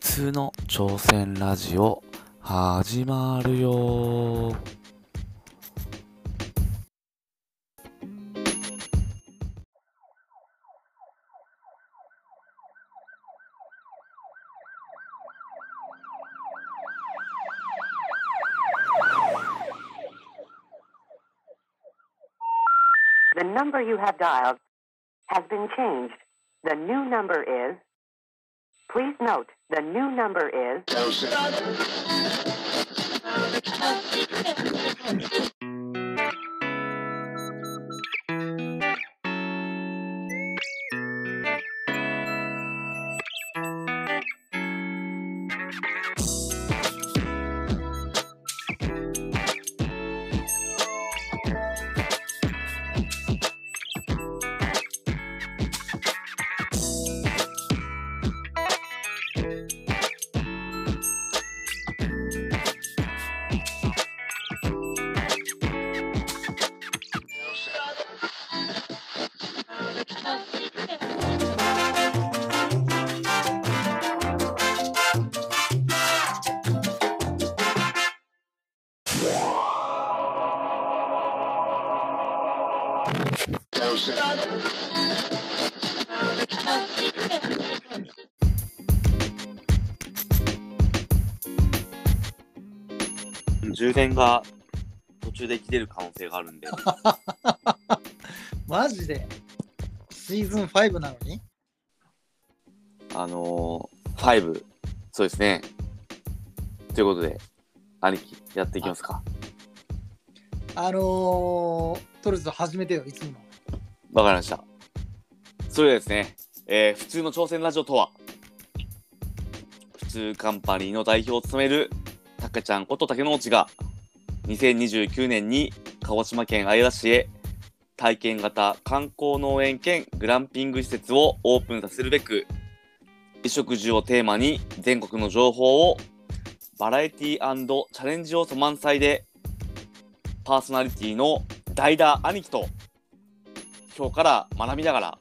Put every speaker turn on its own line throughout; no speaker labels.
風の朝鮮ラジオ始まるよ
The number you have dialed has been changed. The new number is. Please note, the new number is.
充電が途中で切れる可能性がある んで、
マジでシーズン5なのに
あのー、5、そうですね。ということで、兄貴、やっていきますか。
あのー、トルズ始めてよ、いつもの。
わかりました。それではですね、えー普通の挑戦ラジオとは、普通カンパニーの代表を務める、たけちゃんこと竹之内が、2029年に鹿児島県姶良市へ、体験型観光農園兼グランピング施設をオープンさせるべく、衣食住をテーマに全国の情報をバラエティチャレンジ要素満載で、パーソナリティの代打兄貴と今日から学びながら、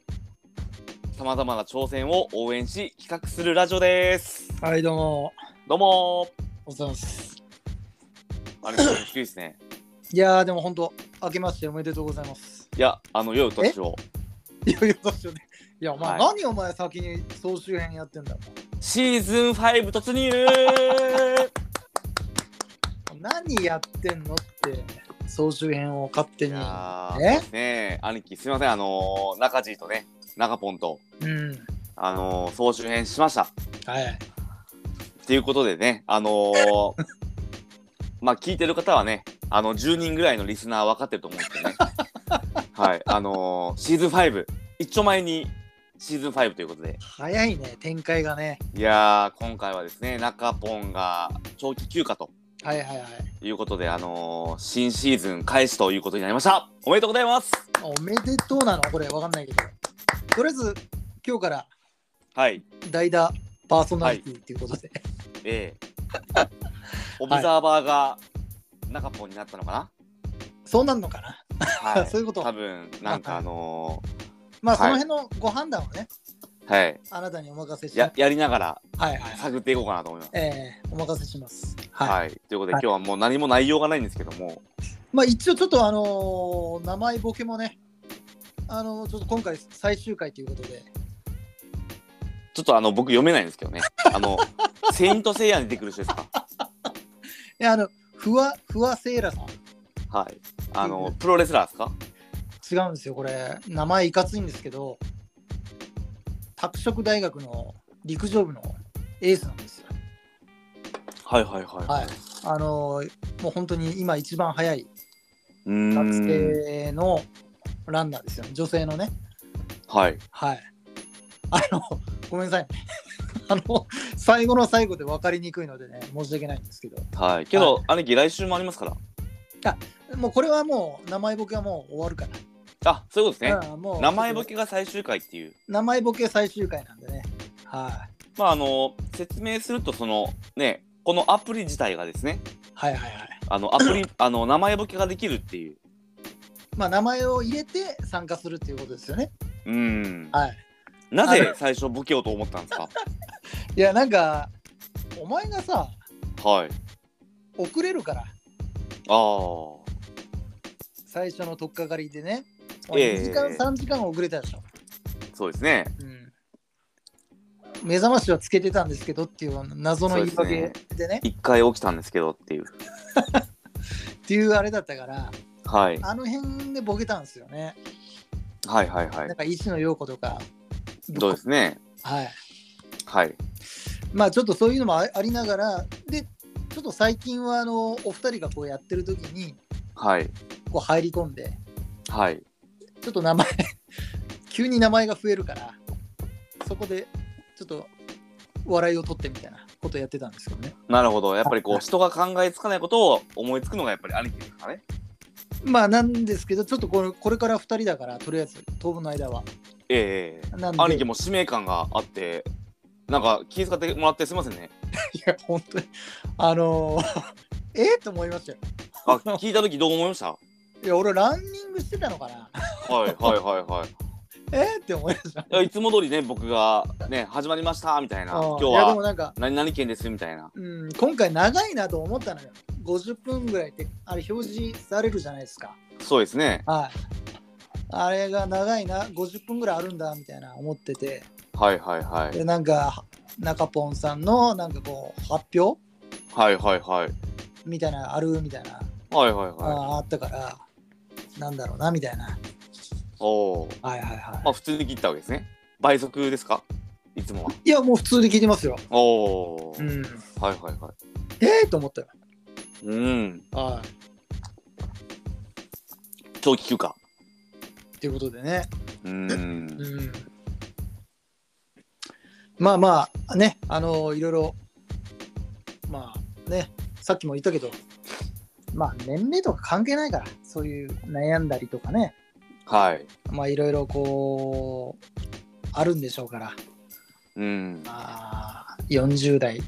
さまざまな挑戦を応援し、企画するラジオです。
はい、どうも、
どうも
お疲れ様です。
ー。あれ、低いですね。
いやー、でも本当、明けましておめでとうございます。
いや、あの、良いお年を。
いやいや、どうしようね。いや、お前、
はい
何お前先に総集編やってんだよ。
シーズン5突入
何やってんのって、総集編を勝手
い
に。
やー、
え
ねえ、兄貴、すみません、あのー、中地とね、中ポンと、
うん。
あのー、総集編しました。
はい。
っていうことでね、あのー、まあ聞いてる方はね、あの10人ぐらいのリスナー分かってると思うんですけどね。はい、あのーシーズン5、一丁前にシーズン5ということで、
早いね、展開がね。
いやー、今回はですね、中ポンが長期休暇と
はいはいはい。
いうことで、あのー新シーズン開始ということになりました。おめでとうございます。
おめでとうなのこれ、わかんないけど。とりあえず、今日から
はい、
代打パーソナリティっていうことで。
えー、オブザーバーが中ポンになったのか
そうなんのかな
な、はい、
そういうこと
多分、なんかあの
まあ、そ
は
の
い
辺のご判断をね、
ーはい、
あなたにお任せしま
や
す。
やりながら
はいはいはい。
探っていこうかなと思います。
えーお任せします。はい。
はい、ということで、
はい
今日はもう何も内容がないんですけども、
まあ、一応ちょっとあのー名前ボケもね、あのーちょっと今回最終回ということで、
ちょっとあの僕読めないんですけ どね、あの、セイントセイヤに出てくる人ですか。
いやあの、ふわ、ふわセイラさん。
はい、あの、プロレスラーですか。
違うんですよ、これ。名前いかついんですけど、拓殖大学の陸上部のエースなんですよ。
はいはいはい。
はい。あのーもう本当に今一番早いう
ー
学
ん。
生のランナーですよね。女性のね。
はい。
はい。あの、ごめんなさいね。 あの、最後の最後で分かりにくいのでね、申し訳ないんですけど、
はい。けど、兄貴来週もありますから。
もうこれはもう、名前ボケはもう終わるから。
あ、そういうことですね。
うんもう
名前ボケが最終回っていう。
名前ボケ最終回なんでね。はい
まあ、あの、説明すると、その、ね、このアプリ自体がですね。
はいはいはい。
あの、ア プリ、あの、名前ボケができるっていう。
まあ、名前を入れて参加するっていうことですよね。
うーん。
はい。
なぜ最初ボケようと思ったんですか。
いや、なんか、お前がさ、
はい。
遅れるから、
ああ。
最初の取っかかりでね。
ええ
2時間、3時間遅れたでしょ。
そうですね。
うん目覚ましはつけてたんですけどっていう謎の言い訳でね
一回起きたんですけどっていう。
っていうあれだったから
はい。
あの辺でボケたんですよね、
はいはいは
なん
い。
か石野陽子とか
そうですね。
はい
はい。
まあちょっとそういうのもあありながらでちょっと最近はあのお二人がこうやってる時に
はい。
こう入り込んで
はい。
ちょっと名前 急に名前が増えるからそこでちょっと笑いを取ってみたいなことやってたんですけどね
なるほど。やっぱりこう、人が考えつかないことを思いつくのがやっぱり兄貴ですかね。
まあなんですけどちょっとこれこれから2人だからとりあえず当分の間は
ええ
なんで
兄貴も使命感があって、なんか気遣ってもらってすいませんね。
いや本当にあのー えっと思いましたよ
あ、聞いた時どう思いましたはい
や俺ランニングしてたのかない
はいはいはい。
えっって思いました
いやいつも通りね僕がね始まりましたみたいな今
うん
日
いやでも
は
なんか、
何々県ですみたいな
うん、今回長いなと思ったのよ50分ぐらいってあれ表示されるじゃないですか
そうですね
はいあれが長いな50分ぐらいあるんだみたいな思ってて
はいはいはい
でなんか中ポンさんのなんかこう発表
はいはいはい
みたいなのあるみたいな
はいはいはい
ああったから、なんだろうな、みたいな。
おおー
はいはいは。
まあ普通に切ったわけですね倍速ですかいつもはい
いや、もう普通に聞いてますよ。
おおー、
ん。
はいはいは
ええと思ったよ。
いうん
は
長期休暇
い。っていうことでね。
うん
うん。まあまあ、ね、あのいろいろ、まあね、さっきも言ったけど、まあ年齢とか関係ないから、そういう悩んだりとかね、
はい
まあいろいろこう、あるんでしょうから、
うん
まあ、40代。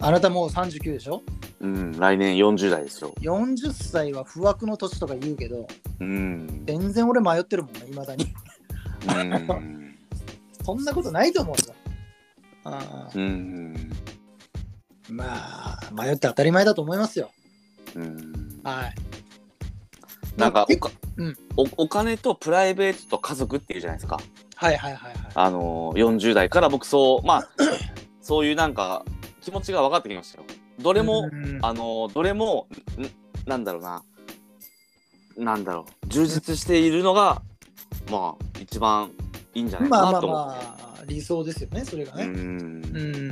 あなたもう39でしょ
うん来年40代ですよ
40歳は不惑の年とか言うけど
うん
全然俺迷ってるもんねいまだに
うん
そんなことないと思うよあー
うん
まあ迷って当たり前だと思いますよ
うん
はい
なんかお
結
か、
うん
おお金とプライベートと家族っていうじゃないですか
はいはいはいはい
あのー、40代から僕そうまあそういうなんか気持ちが分かってきましたよどれも、
うん
あのーどれもんなんだろうななんだろう充実しているのがまあ一番いいんじゃない
ま
か
あま
な
あ
と思う、
まあ理想ですよねそれが
う
ね
ん
うん、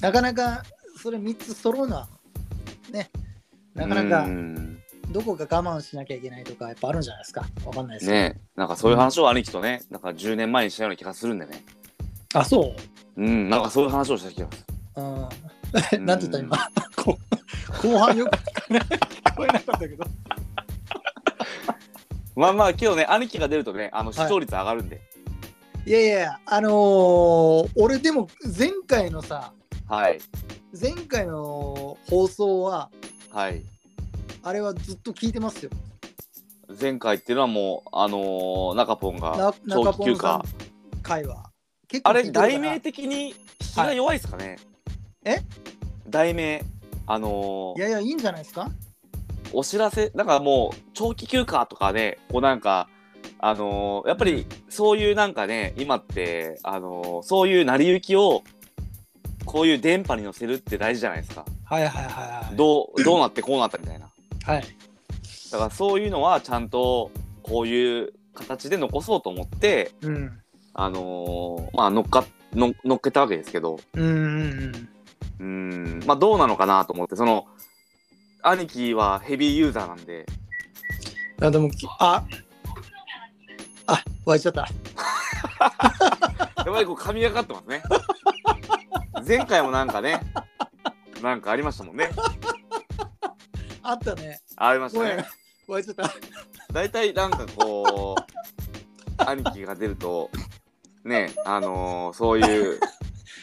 なかなかそれ3つ揃うのはねなかな
う
か
ん
どこか我慢しなきゃいけないとかやっぱあるんじゃないですかわかんないですけど
ねなんかそういう話を兄貴とねなんか10年前にしたような気がするんでね
あそう
うんなんかそういう話をした気がす
うん
る
なん て言った今後後半よく聞こえなかったけど
まあまあ今日ね兄貴が出るとねあの視聴率上がるんで
いやいやあのー俺でも前回のさ
はい
前回の放送は
はい、
あれはずっと聞いてますよ
前回っていうのはもうあのー、中ポンが
な
長期
中ポ
休
ンさん
暇
回は結構
あ
聞い
れ
てるから
題名的に気が弱いですかね、
え
題名あの
い
ー、
やいやいいんじゃないですか
お知らせなんかもう長期休暇とかねこうなんかあのー、やっぱりそういうなんかね今ってあのー、そういう成り行きをこういう電波に乗せるって大事じゃないですか
はいはいはいは
どうどうなってこうなったみたいない
はい
だからそういうのはちゃんとこういう形で残そうと思って
うん
あのーまあ乗っかの乗っけたわけですけど
うんうん
うーんまあどうなのかなと思ってその兄貴はヘビーユーザーなん で
うんあでもきああ湧いちゃった
やばいこう神がかってますね前回もなんかねなんかありましたもんね
あったね
ありまし
ご
た
めん
ね
湧いちゃった
大体なんかこう兄貴が出るとねあのーそういう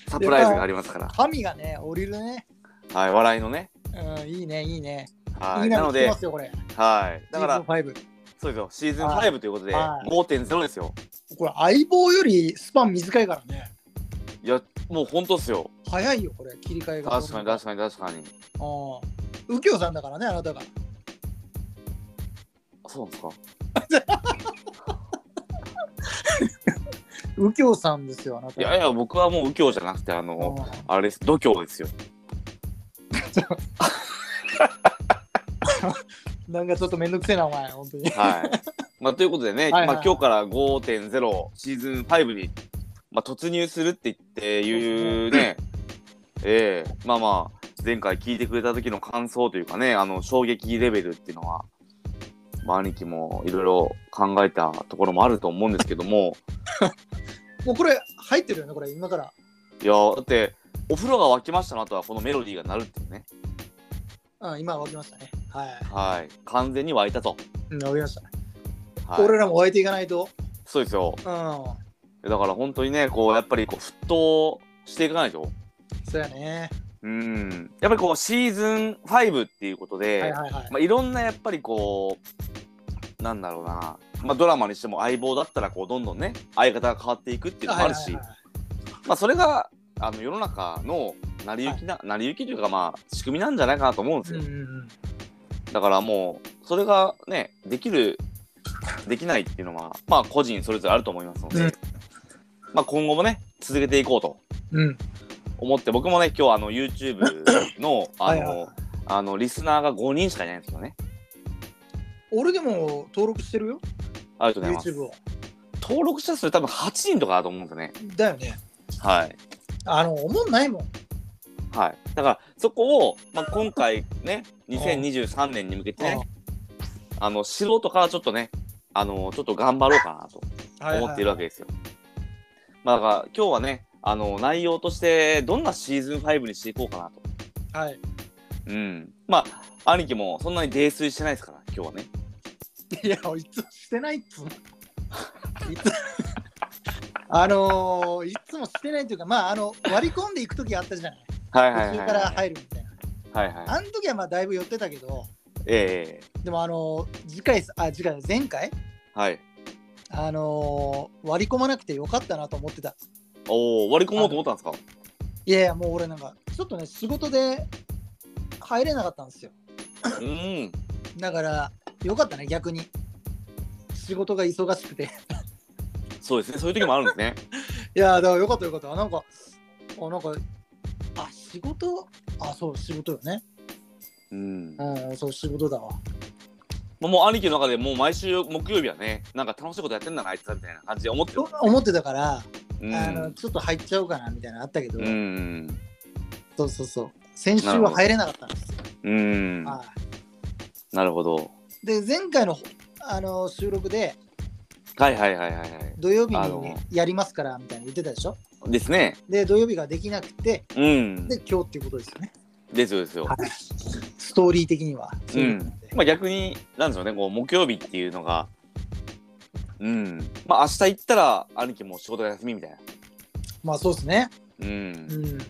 サプライズがありますから、
神がね降りるね
はい、笑いのね、
うんいいねいいね
はい
い
い、
いな
なの
の来て
で
ま、すよこれ
はい、だから
シーズン5
そうですよシーズン5ということで
はい
5.0ですよ
これ相棒よりスパン短いからね。
いや、もう本当っすよ。
早いよ、これ、切り替えが。
確かに確かに確かに。
ああ右京さんだからね、あなたが。
あそうなんですか
右京さんですよ、あなた
い
が。
やいや、僕はもう右京じゃなくて、あの、
あ
あれです、度胸ですよ。
あなんかちょっとめんどくせえな、お前、本当に。
はい。まあ、ということでね、
はいはい
まあ、今日から5.0シーズン5に、まあ、突入するって言っていうね、ええまあまあ、前回聞いてくれた時の感想というかね、あの、衝撃レベルっていうのは、まあ、兄貴もいろいろ考えたところもあると思うんですけども、
もうこれ、入ってるよね、これ、今から。
いや、だって、お風呂が沸きましたの後はこのメロディーが鳴るっていうね、
うん、今、湧きましたね。はい。
はい。完全に沸いたと。
うん、湧きましたね。
はい、
俺らも湧いていかないと。
そうですよ。
うん。
だから本当にね、こう、やっぱりこう、沸騰していかないと。
そうやね。
うん、やっぱりこうシーズン5っていうことで、
はい
い
はいはい。
まあ、いろんなやっぱりこうなんだろうな、まあ、ドラマにしても相棒だったらこうどんどんね相方が変わっていくっていうのもあるし、
はいはいはい
まあ、それがあの世の中の成り行きな、成り行きというかまあ仕組みなんじゃないかなと思うんです
う
よ、
んうんうん。
だからもうそれがねできるできないっていうのはまあ個人それぞれあると思いますので、
うん
まあ、今後もね続けていこうと
うん。
思って僕もね今日あの YouTube のあの
はいはいはい
あのリスナーが5人しかいないんですよね。
俺でも登録してるよ、
ありがとうございます
YouTube を。
登録者数多分8人とかだと思うんですよね。
だよね。
はい。
あの、思んないもん。
はい。だからそこを、まあ、今回ね2023年に向けてねあの素人からちょっとねあのちょっと頑張ろうかなと
はい
思っているわけですよ。まあだから今日はねあの内容としてどんなシーズン5にしていこうかなと。
はい。
うん。まあ兄貴もそんなに泥酔してないですから今日はね。
いや、いつもしてないっつうの。いつあのー、いつもしてないというか、まあ、あの、割り込んでいく時あったじゃない。
はいはいはい、
途
は
中
い。
から入るみたいな。
はいはい。
あの時はまあ、だいぶ寄ってたけど、
ええ
でも、あのー、次回さ、あ、次回、前回、
はい。
あのー、割り込まなくてよかったなと思ってた。
おお割り込もうと思ったんですか
いやいや、もう俺なんか、ちょっとね、仕事で入れなかったんですよ。
うん。
だから、よかったね、逆に。仕事が忙しくて。
そうですね。そういう時もあるんですね。
いやーだからよかったよかった。なんか、あ、なんか、あ、仕事あ、そう、仕事よね。
うん。ま
うん、そう、仕事だわ。
あもう兄貴の中でもう毎週木曜日はね、なんか楽しいことやってんだな、あいつはみたいな感じで思ってる
と。思ってたから、
うん。
あの、ちょっと入っちゃおうかなみたいなのあったけど、
うん。
そうそうそう。先週は入れなかったんですよ。
うん。
は
なるほど。
いで、前回の、あの収録で、
はいはいはいはいは
土曜日
あ
に
の
やりますからみたいなの言ってたでしょ。
い。ですね。
で、土曜日ができなくて、
うん。
で、今日っていうことですよね。
ですよですよ。
はいストーリー的には。そうういうこと
ん
で。
まあ逆に、なんでしょうね、こう木曜日っていうのが、うん。まあ明日行ったら兄貴も仕事が休みみたいな。
まあ、そうですね。
うん
う。ん。
ま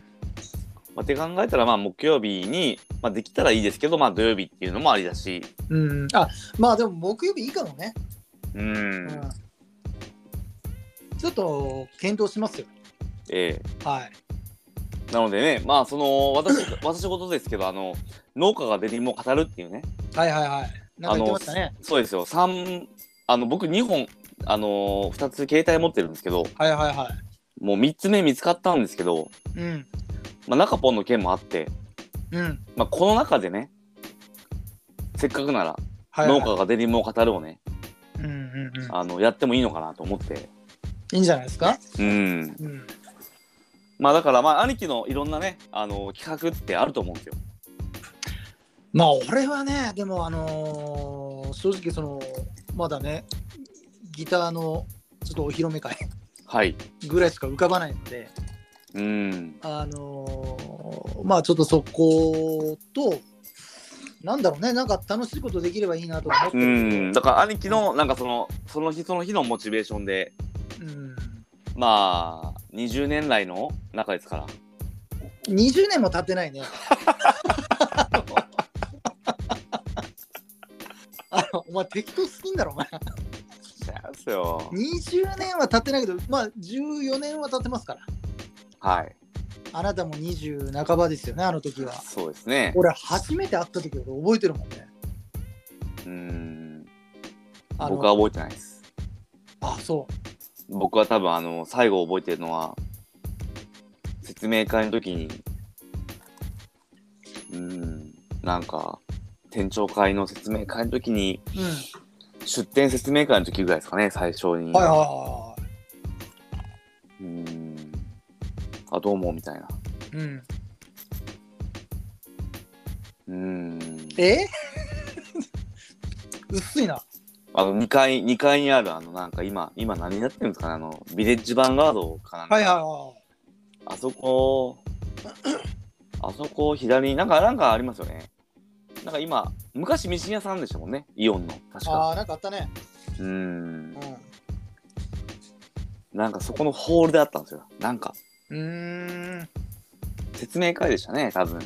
あ、って考えたら、まあ木曜日に、まあできたらいいですけど、まあ土曜日っていうのもありだし、
うん、あまあでも木曜日いいかもね、
うん。
ちょっと検討しますよ。
ええ
はい。
なのでね、まあその私 私事ですけど、あの農家がデニムを語るっていうね、
はいはいはい。なんか言ってましたね。
そうですよ。三あの僕二本あの二つ携帯持ってるんですけど、
はいはいは
もう三つ目見つかったんですけど、
い。うん。
まあ中ポンの件もあって、
うん。
まあこの中でね、せっかくなら
はい、はい。
農家がデニムを語るをね、
うんうんうん。
あのやってもいいのかなと思って、
いいんじゃないですか
うん。
うん。
まあだからまあ兄貴のいろんなねあの企画ってあると思うんですよ。
まあ俺はね、でもあのー正直その、まだね、ギターのちょっとお披露目会
はい。
ぐらいしか浮かばないので、
うん。
あのーまあちょっとそこと、なんだろうね、なんか楽しいことできればいいなとは思って
う
るけど
ん、だから兄貴のなんかそのその日その日のモチベーションで
うん
まあ20年来の仲ですから
20年も経って ないね。あのお前適当好きんだろお前
そうですよ
20年は経ってないけどまあ14年は経ってますから
はい。
あなたも20半ばですよね、あの時は。
そうですね。
俺、初めて会った時俺覚えてるもんね。
うーん。
あの
僕は覚えてないです。
あ、そう。
僕は多分、あの、最後覚えてるのは、説明会の時に、うーん、なんか、店長会の説明会の時に、
うん。はい
出店説明会の時ぐらいですかね、最初に。
はいは
うーん。あ、どうも、みたいな。
いはい。うん。
うーん。
え 薄いな。
あの、2階、二階にある、あの、なんか今、今何になってるんですかね、あの、ヴィレッジヴァンガードかなんか。
はいはいは
あそこ、あそこ左に、なんか、なんかありますよね。なんか今、昔、ミシン屋さんでしたもんね、イオンの。確
い。あ
か。
あ、なんかあったね。
うーん
う。ん。
なんかそこのホールであったんですよ。なんか、
うーん
説明会でしたね、多分。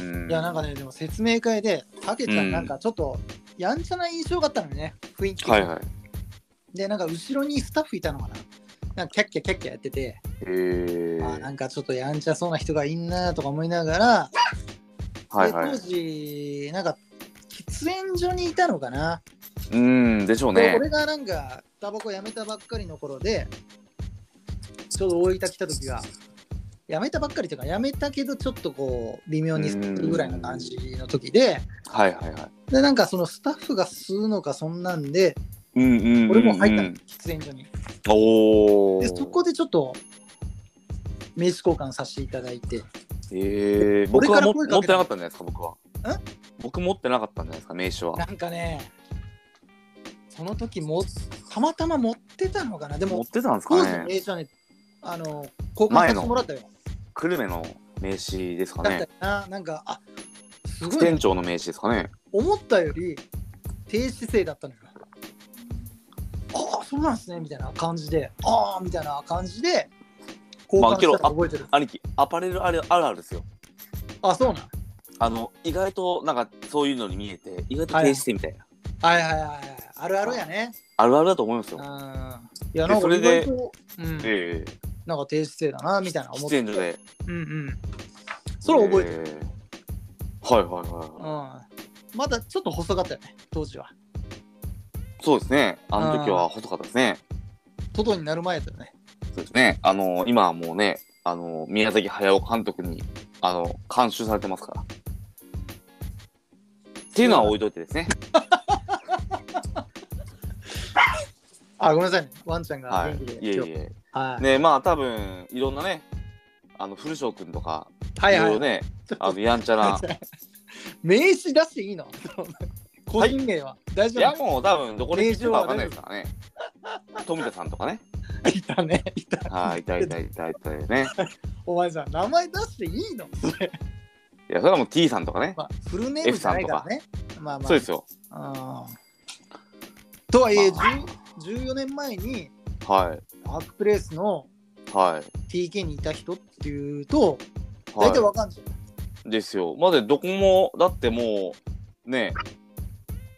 うん。
いやなんかねでも説明会でたけちゃ
うんん
なんかちょっとやんちゃな印象があったのよね雰囲気的に
はいはい。
でなんか後ろにスタッフいたのかななんかキャッキャキャッキャやってて、
えー。
あーなんかちょっとやんちゃそうな人がいんなとか思いながら、
はいはい。
で
う
当時なんか喫煙所にいたのかな、
ーん、でしょう
で
ね。
俺がなんかタバコやめたばっかりの頃でちょうど大分来た時がやめたばっかりというかやめたけどちょっとこう微妙にするぐらいの感じの時で、
はいはいはい。
でなんかそのスタッフが吸うのかそんなんで
うんうんうん、うん。
俺も入ったの、喫煙所に
おお。
でそこでちょっと名刺交換させていただいて
えー、僕
俺か
は
ら
も
声
持
か
っ
け
て
た
なか
の
ったんじゃないですか、僕は。僕持ってなかったんじゃないですか、名刺は。
なんかねその時もたまたま持ってたのかなで
持
も
ってたんです
当
か
時の
ね。
名刺はねあの交換させてもらったよ
久留米の名刺ですか
だった
ね
よ。ななんかあす
副
ごい
店長の名刺ですかね。
思ったより低姿勢だったのよああそうなんですねみたいな感じでああみたいな感じで交換したの覚えてる、
兄貴、アパレルあるあるあるですよ。
あそうなん
あの、意外となんかそういうのに見えて、意外と低姿勢みたいな。
はいはいはいはい。あるあるやね。
あるあるだと思います
うん。い
よ。
や、なんか
それで
意外とうん、
え
なんか低姿勢だな、みたいな
え
思
喫
って。
煙所で。
うんうん。それ覚えてる。
てる。はいはいはいは
うん。まだちょっと細かったよね、当時は。
い。そうですね。あの時は細かったですね。
トドになる前だよね。
そうですね。あの、今はもうね、あの、宮崎駿監督に、あの、監修されてますから。っていうのは置いといてですね。
あ、ごめんなさいね。ワンちゃんが
はい
元気で。。
いえい
今日
え。
はい。
ねまあ多分、いろんなね、あの、古翔くんとか、
はいい
ろい
は
ろ
い。
ね、
ちょっ
あ
と
の、やんちゃな。
名刺出し ていいの個人名は。大
い
丈
や、
夫
もう多分、どこに来るかわかんないですから ね。富田さんとかね。
いたね。いた。
はい、いたいた いたいたよね。
お前さ、名前出していいのそ
い
れ。
や、それはもう T さんとかね。
まあ、フルネームじゃないからね。まあまあ
そう。ですよ。
あーとはいえ、
まあ
10 14年前に
は
ワークプレイスの
い。はい。
TK にいた人っていうと大体
は
わかんじゃん、
い。ですよ。まで、どこも、だってもう、ね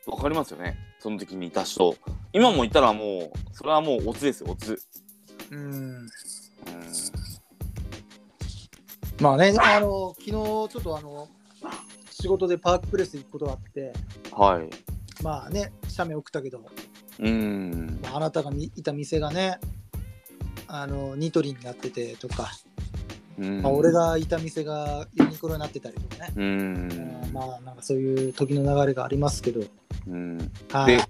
わかりますよね。その時にいた人。今もいたらもう、それはもう、オツですよ、オツ。
うん
うん。
まあねあの昨日ちょっとあの仕事でパークプレス行くことがあって
はい。
まあね写メ送ったけど、
うん。
まあ、あなたがみいた店がねあのニトリになっててとか、
うん
まあ、俺。がいた店がユニクロになってたりとかね、
う
うん
ん。
まあなんかそういう時の流れがありますけど
うん。
はい
で、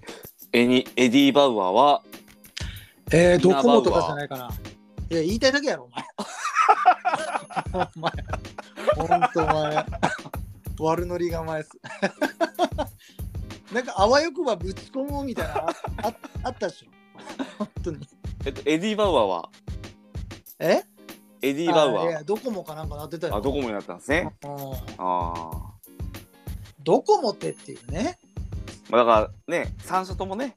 エニエディ・バウアーは、
えー、ド
稲葉
コモとか
は
じゃないかな。いや、言いたいだけやろ、お前。 お前、ほんとお前、悪ノリがお前す。 なんか、あわよくばぶち込もうみたいな、あああったでしょ。本当に。
えっと、エディ・バウアーは、
え
エディ・バウ
あい
ア
や、ドコモかなんかなってた
ー。
よ。
あ、どこもになったんですね。
うん
ああ。
ドコモってっていうね。
まあ、だからね、三社ともね、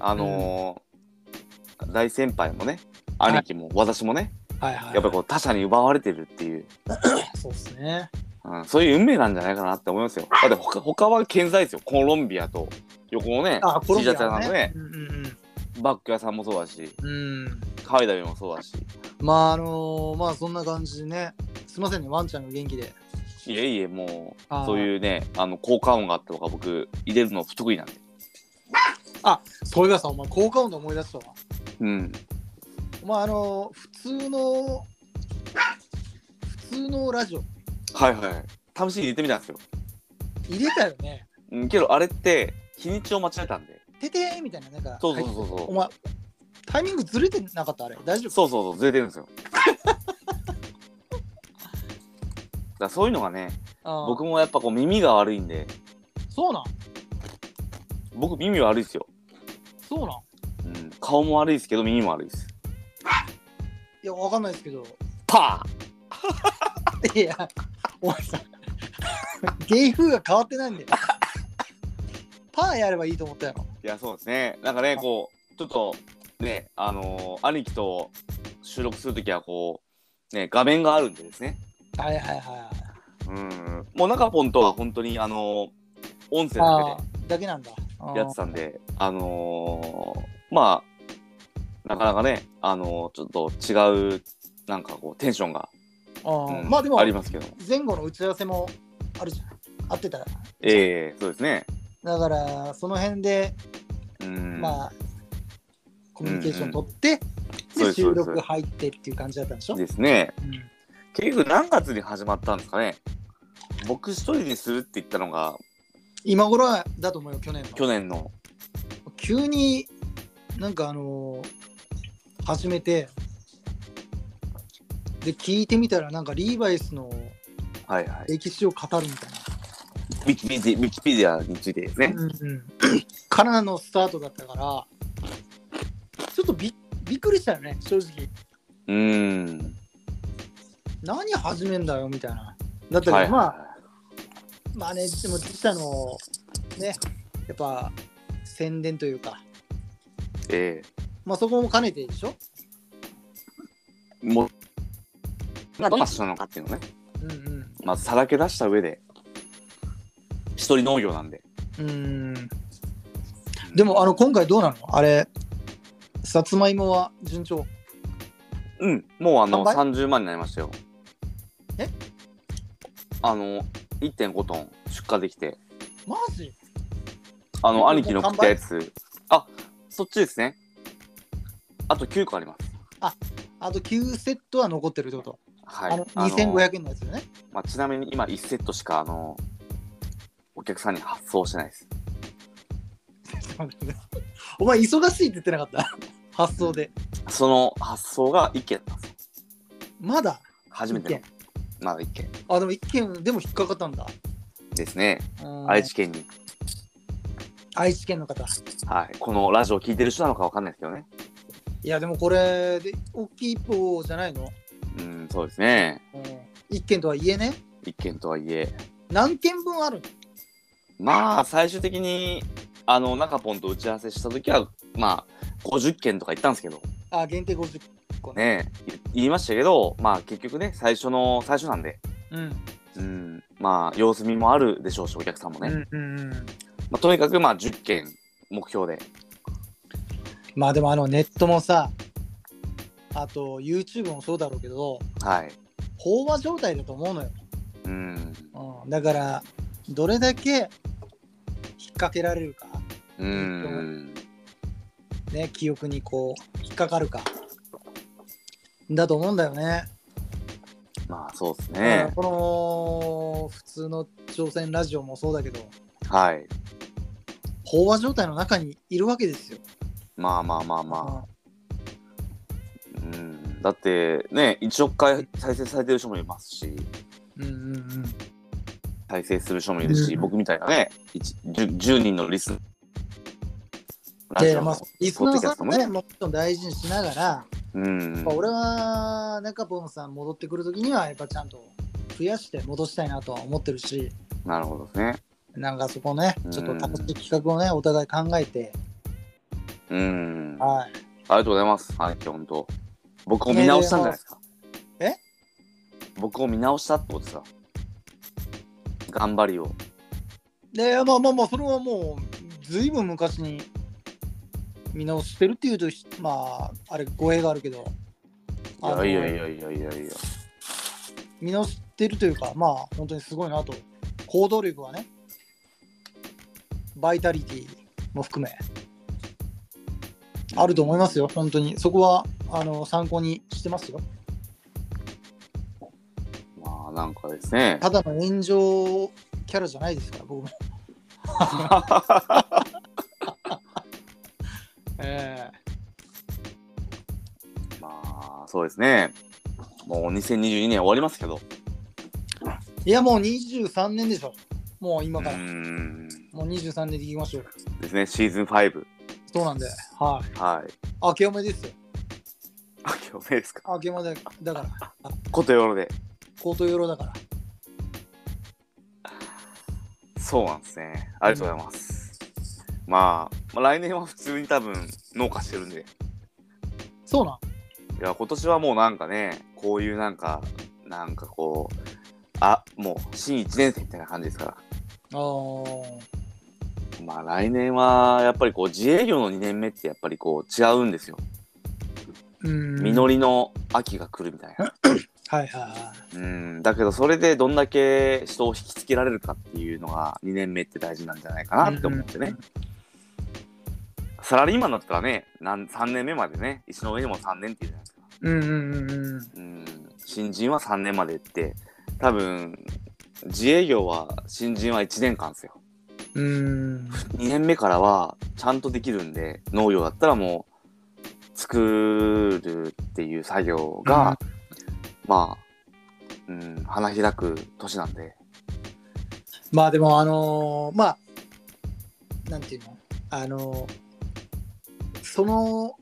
あのー大先輩もね、
い
兄貴も、私もね、
はいはい。
やっぱりこう他者に奪われてるっていう、
そうですね。
うん、そういう運命なんじゃないかなって思いますよ。だって他他は健在ですよ。コロンビアと、横のね
あ、、コロンビア
T シャツ屋さんのね、
うんうんうん。
バッグ屋さんもそうだし、
うん。
カイダビもそうだし、
まあ、あのーまあ、そんな感じでね。すいませんね、ワンちゃんが元気で。
いえいえ、も
あー
う、そういうね、あの、効果音があったとか、僕、入れるの不得意なんで。
そういえばさ、お前、効果音で思い出したわ。
うん。
まあ、あのー普通の、普通のラジオ、
はいはい。試しに入れてみたんですよ。
入れたよね。
うん、けど、あれって、日にちを間違えたんで。
ててーみたいな、なんか、
そうそうそう
はい
そう
お。前、タイミングずれてなかったあれ。大丈夫
そうそうそう、ずれてるんですよ。 だからそういうのがね、
あー
僕もやっぱこう耳が悪いんで、
そうなん
僕耳悪いですよ。
そうなん
うん、顔も悪いですけど耳も悪いです。
いや、わかんないですけど。
パ
いや、お前さ、 芸風が変わってないんだよ。パーやればいいと思ったやろ。
ーいや、そうですね。なんかね、こう、ちょっと、ね、あのー兄貴と収録するときはこう、ね、画面があるんでですね。
はいはいは
うん。もう中ポンとは本当に、あのー音
い。
声
あ
だ
ーだけなんだ。あ
け
ー
でやってたんで、あのーまあ、なかなかね、あのーちょっと違う、なんかこう、テンションが
あー
うん
まあでも
あ、りますけど
前後の打ち合わせもあるじゃん。合ってたら。
ええそうですね
だから、その辺で、
うん、
まあ、コミュニケーション取って、
そう
で
です
収録入ってっていう感じだったんでしょ、
ですね
うん
結局何月に始まったんですかね僕一人にするって言ったのが
今頃はだと思うよ、去年の。
去年の
急になんかあのー始めてで聞いてみたらなんかリーバイスの
はいはい
歴史を語るみたいな、
ウィキペディウィキペディアについてですね
うんうん、 からのスタートだったからちょっとびびっくりしたよね正直
うーん
何始めんだよみたいなだったけど、
はい
まあまあねでも自社のねやっぱ宣伝というか
え
まあそこも兼ねてでしょ
えもうどんな人なのかっていうのをね
うんうん
まずさらけ出した上で一人農業なんで
うんでもあの今回どうなのあれさつまいもは順調
うんもうあ
販
の
売
30万になりましたよ
え
あの1.5トン出荷できて
マジ
あ
もう
の、兄貴の食ったやつ。あ、そっちですね。あと9個あります。
あと9セットは残ってるってこと、
はい。
あの
の
2500円のやつよね
まあ、ちなみに今1セットしか、あの、お客さんに発送してないです。
お前忙しいって言ってなかった発送で、
その発送が1件だったんですよ。
まだ
初めて
一
の。まだ1件
あでも1件でも引っかかったんだ
ですね。
うん
愛知県に。
愛知県の方
はい。このラジオを聞いてる人なのかわかんないですけどね。
いやでもこれで大きい一歩じゃないの、
うん、そうですね。
うん、1件とはいえね
1件とはいえ。
何件分ある
まあ、最終的に、あの、中ポンと打ち合わせしたときは、まあ、50件とか言ったんですけど。
あ限定50個ね
ねい言いましたけど、まあ結局ね、最初の最初なんで、
うん
うん、まあ様子見もあるでしょうし、お客さんもね。
うんうんうん
まあ、とにかくまあ10件目標で。
まあでもあのネットもさあと YouTube もそうだろうけど
はい。
飽和状態だと思うのよ、
うん。
うん、だからどれだけ引っ掛けられるか、
うん。
ね、記憶にこう引っかかるかだと思うんだよね。
まあそうです
だから
ね。
この普通の朝鮮ラジオもそうだけど
はい。
飽和状態の中にいるわけですよ。
まあまあまあまあ。うん、だってね、1億回再生されてる人もいますし、
うんうんうん
再生する人もいるし、
うん
僕みたいなね、一 10, 10人のリスナー。
で、まあ、リスナ
ポ
ーさんもね
ッドキャストもね
もちろん大事にしながら、
うん
やっぱ。俺は中ポンさん戻ってくるときにはやっぱちゃんと増やして戻したいなとは思ってるし
なるほどですね。
なんかそこね
うん
ちょっと楽しい企画をねお互い考えて
うん。あ
はい
りがとうございます。はい、今日本当。僕を見直したんじゃないですか。
え
僕を見直したってことですか。頑張りを。
でまあまあまあそれはもうずいぶん昔に見直してるっていうと、まあ、あれ、語弊があるけど、あの
いやいやいやいやいやいや。
見直してるというか、まあ、本当にすごいなと、行動力はね、バイタリティも含め、あると思いますよ、本当に。そこは、あの、参考にしてますよ。
まあなんかですね。
ただの炎上キャラじゃないですから、僕も。 え
まあそうですね。もう2022年終わりますけど。
えいや、もう23年でしょ。もう今
う
から。
ん。
もう23年でいきましょう。
ですね、シーズン5。
そうなんで、はい。
はい。
明けおめですよ。
あ、今日ねですか。
明けおめだだから、
ことよろで。
コートヨロだから。
そうなんですね。ありがとうございます。まあ、まあ、来年は普通に多分農家してるんで。
そうなん。
いや、今年はもうなんかね、こういうなんか、なんかこう、あ、もう新1年生みたいな感じですから。
あー
まあ来年はやっぱりこう自営業の2年目ってやっぱりこう違うんですよ。
うん。
実りの秋が来るみたいな。
はいはいは
うん。だけどそれでどんだけ人を引きつけられるかっていうのが2年目って大事なんじゃないかなって思って
う
ね
ん。
サラリーマンだったらね、なん3年目までね、石の上にも3年っていうじゃないですか。
い。うんうんうんうん。
うん。新人は3年までって、多分、自営業は新人は1年間ですよ。
うーん。
2年目からはちゃんとできるんで農業だったらもう作るっていう作業が、まあ、うん、花開く年なんで
まあでもあのーまあなんていうのあのーその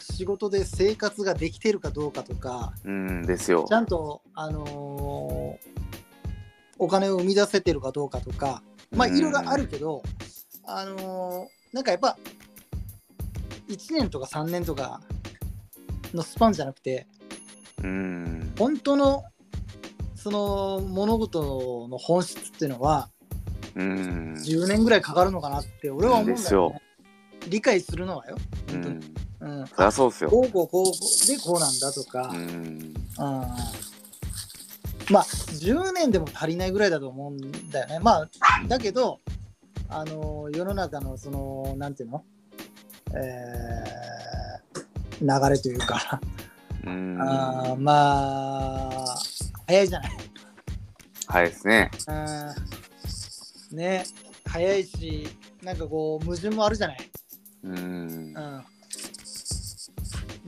仕事で生活ができてるかどうかとか
うんですよ
ち。ゃんとあのーお金を生み出せてるかどうかとかまあ
うん
いろいろあるけどあのーなんかやっぱ1年とか3年とかのスパンじゃなくて
うん
本当のその物事の本質っていうのは
うん
10年ぐらいかかるのかなって俺は思うんだよ、ね、
ですよ
理解するのはよ、
う
本当に
ん
うん
そりゃそうですよ。
こうこうこうこうでこうなんだとか、
う
うん
ん
まあ10年でも足りないぐらいだと思うんだよねまあだけどあの世の中のそのなんていうのえー流れというか、
うん
あー
は
まあ早いじゃない
いですね。
あーね早いしなんかこう矛盾もあるじゃない
うん
うん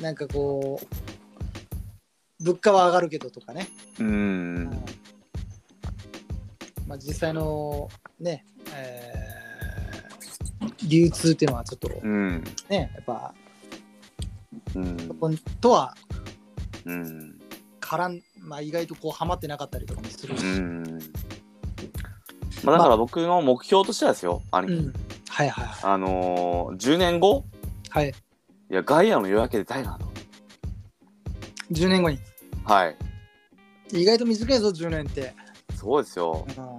なんかこう物価は上がるけどとかね、
う
うんんまあ、実際のね、えー流通っていうのはちょっと
うん
ねやっぱ
うん
そことは
うん
絡ん、まあ、意外とこうハマってなかったりとかもするし、
うんまあだから僕の目標としてはですよ、兄
う
貴
んはいはいは
あのー、10年後
い、はい、
いや、ガイアの夜明け出たいなと。
10年後に
はい。
意外と短いぞ10年って、
すごいですよ。
う
だか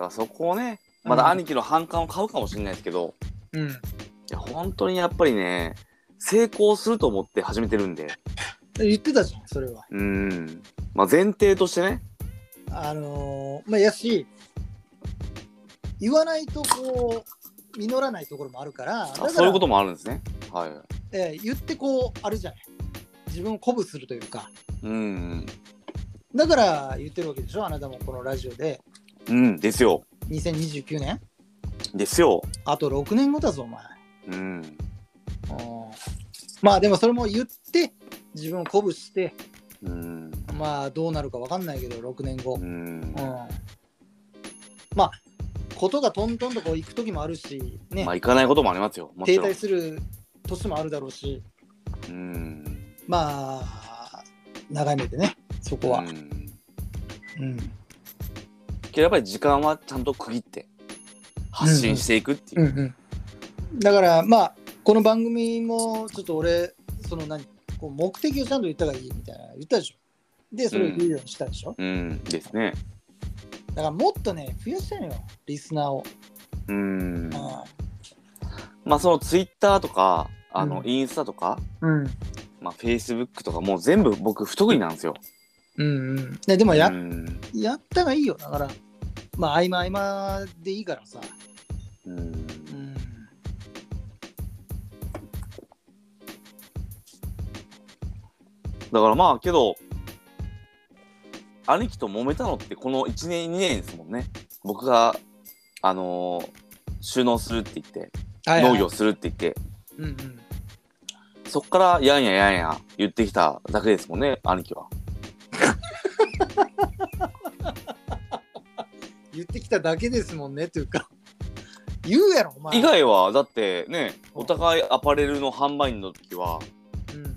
らそこをね、まだ
うん
兄貴の反感を買うかもしれないですけど、
んうん、
いや、本当にやっぱりね、成功すると思って始めてるんで、
言ってたじゃんそれは
うん。まあ前提としてね、
あのーまあやし言わないとこう実らないところもあるからだか
あ
ら
そういうこともあるんですね。はい。
えー言ってこうあるじゃない自分を鼓舞するというか
うん。
だから言ってるわけでしょあなたもこのラジオで
うん、ですよ。
2029年
ですよ。
あと6年後だぞお前
うん。
うんまあでもそれも言って自分を鼓舞して
うん。
まあどうなるか分かんないけど6年後、
うん
う。んまあことがトントンとこう行く時もあるしね、
まあ行かないこともありますよ。もち
停
ろん
滞。する年もあるだろうし、
うん。
まあ、長い目でね、そこは。
うん
うん。
けどやっぱり時間はちゃんと区切って発信していくっていう
う。んうん。だから、まあ、この番組も、ちょっと俺、その何、こう目的をちゃんと言った方がいいみたいな、言ったでしょ。で、それを言うようにしたでしょ。
うんですね。
だから、もっとね、増やしたいのよ、リスナーを。
うん。
う
まあそのツイッターとか、あの、
うん
インスタとか、
うん。
まあフェイスブックとかもう全部僕不得意なんですよ。
うんうん。ね、でもや、
うん
やったがいいよ。だから、まあ、合間合間でいいからさ。
うん
うん。
だからまあけど、兄貴と揉めたのってこの1年2年ですもんね。僕が、あのー収納するって言って、
はいはい
農業。するって言って、
うんうん。
そっからやんややんや言ってきただけですもんね、兄貴は。
言ってきただけですもんね、というか。言うやろ、お前。
以外はだってね、
うん
お互いアパレルの販売員の時は
うん。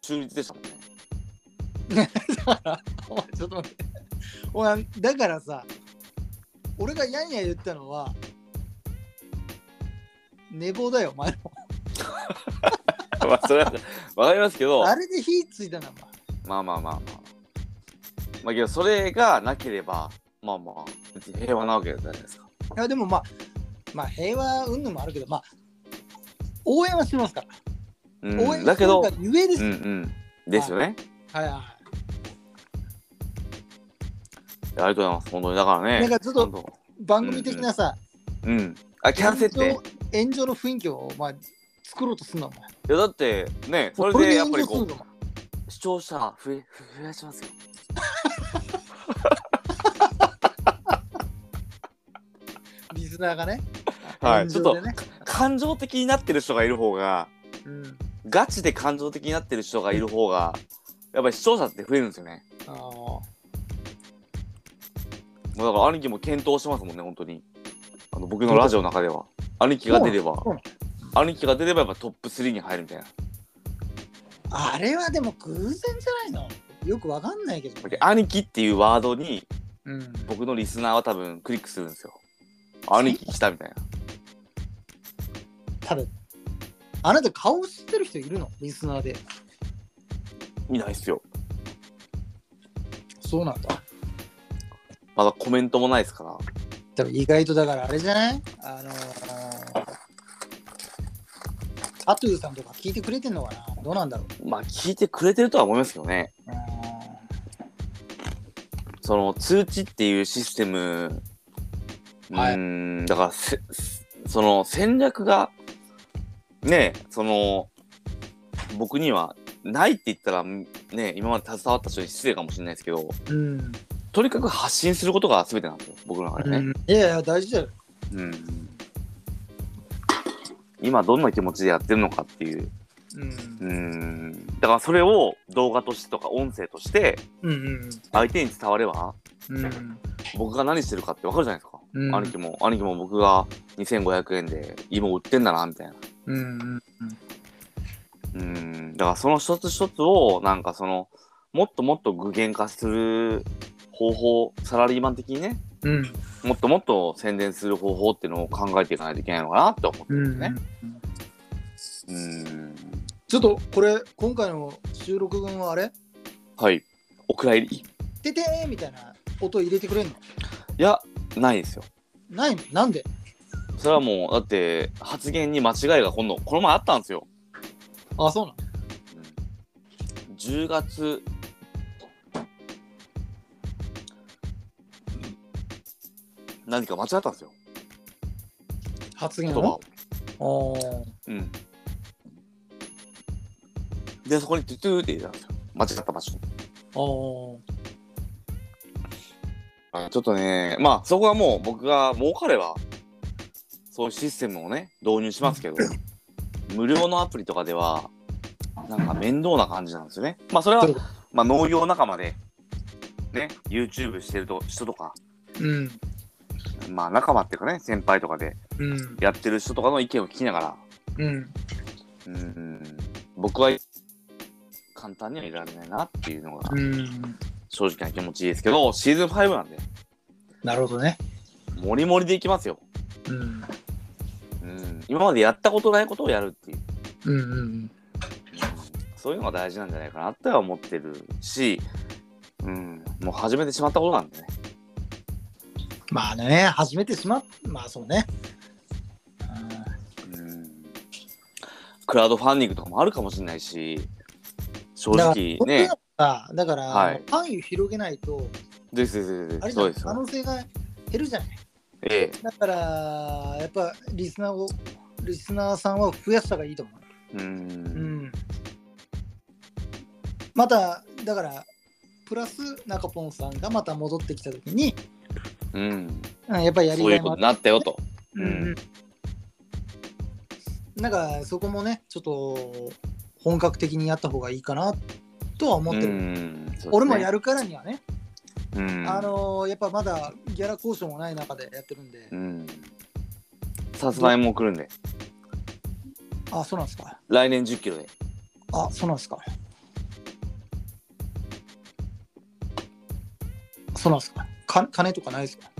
中立でしたもん ね。
だからお前ちょっと待ってお前だからさ俺がやんや言ったのは寝坊だよお前の
まあそれは わかりますけど、
あれで火ついたなお前
まあまあまあまあ。まあけどそれがなければ、まあまあ、別に平和なわけじゃないですか。
いやでもまあまあ平和云々もあるけどまあ応援はしてますから、
うん
応援
だけど、
するがゆえです
うん
よ、
うん。ですよね。
はいはい
ありがとうございます。本当にだからね。
なんかちょっと
本
番組的なさ、
当うん。あ、キャンセルって。
炎上炎上の雰囲気をお前作ろうとすんなお前
いやだってね、そ
こ
れ
れ
で
で
やっぱ
炎
り
上す
こ
ん
う
ぞお前
視聴者増え増やしますよ。
リスナーがね
はい。ちょっ
炎
と
上でね
感情的になってる人がいる方が、
うん
ガチで感情的になってる人がいる方が、やっぱり視聴者って増えるんですよね。
あの
もうだから兄貴も検討してますもんね、本当に。あの僕のラジオの中では。兄貴が出れば
そうなの、
兄貴が出ればやっぱトップ3に入るみたいな。
あれはでも偶然じゃないのよくわかんないけど、
兄貴っていうワードに
うん、
僕のリスナーは多分クリックするんですよ。兄貴来たみたいな。
多分あなた顔知ってる人いるのリスナーで
いないっすよ。
そうなんだ
まだコメントもないですから。
多分意外とだからあれじゃないあのー、アトゥーさんとか聞いてくれてんのかなどうなんだろう
まあ聞いてくれてるとは思いますけどね。
うー
その通知っていうシステム、
はいう
ーん、だからせ、せその戦略が、ねえ、その、僕にはないって言ったら、ねえ、今まで携わった人に失礼かもしれないですけど、
んうん、
とにかく発信することが全てなんですよ、僕の中でね。
いやいや大事だよ
うん今どんな気持ちでやってるのかっていう。
うん
うーん。だからそれを動画としてとか音声として
うん
相手に伝われば
うんうん
僕が何してるかってわかるじゃないですか。
うん
兄貴も、兄貴も僕が2500円で芋売ってんだな、みたいな。
うんうん
うーん。だからその一つ一つをなんかその、もっともっと具現化する方法、サラリーマン的にね、
うん
もっともっと宣伝する方法っていうのを考えていかないといけないのかなって思って
う
るん
ん
ですね。う
うん
ーん
ちょっとこれ今回の収録分はあれ
はい。お蔵入りい
ててーみたいな音入れてくれんの
や、ないですよ。
ないのなんで
それはもう、だって、発言に間違いが今度、この前あったんですよ。
あそうなの
うん10月、何か間違ったんですよ、
発言
言
の
葉を。
あ
うん。で、そこにトゥトゥーって入れたんですよ。間違った場所に。
あー
あちょっとね、まあ、そこはもう僕が儲かれば、そういうシステムをね、導入しますけど、無料のアプリとかでは、なんか面倒な感じなんですよね。まあ、それは
どういうこ、
まあ、農業仲間で、ね、YouTube してると人とか、
うん
まあ、仲間っていうかね、先輩とかで
うん
やってる人とかの意見を聞きながら、
うん
うん、僕は簡単にはいられないなっていうのが
うん
正直な気持ちですけど、シーズン5なんで、
なるほどね
もりもりでいきますよ。
うん
うん、今までやったことないことをやるっていう、
うんうん
うん、そういうのが大事なんじゃないかなっては思ってるし、うん、もう始めてしまったことなんでね
まあね始めてしまっまあそうねうん
クラウドファンディングとかもあるかもしれないし、正
だから
直ね。
あだから、
はい
範囲を広げないと、
ですですですです。
あれじ
そ
ゃな
う
い
です
可。能性が減るじゃない。
ええ。
だから、やっぱリスナーを、リスナーさんは増やした方がいいと思う。
うー。
うんん。また、だから、プラス中ポンさんがまた戻ってきたときに、
うん。
うんやっぱりやり
そう
が
い
いう
こ
も
とに
あ
なったよと。
う
うんん
うんなんかそこもね、ちょっと本格的にやった方がいいかなとは思っ
う
てる。
ん。
俺もや
る。
るからにはね、
うん。
あのーやっぱまだギャラ交渉もない中でやってるんで、
うん。さつまいも来るんで、
あ、そうなんですか。
来年10キロで。
あ、そうなんですか。そうなんですか。か金とかないですか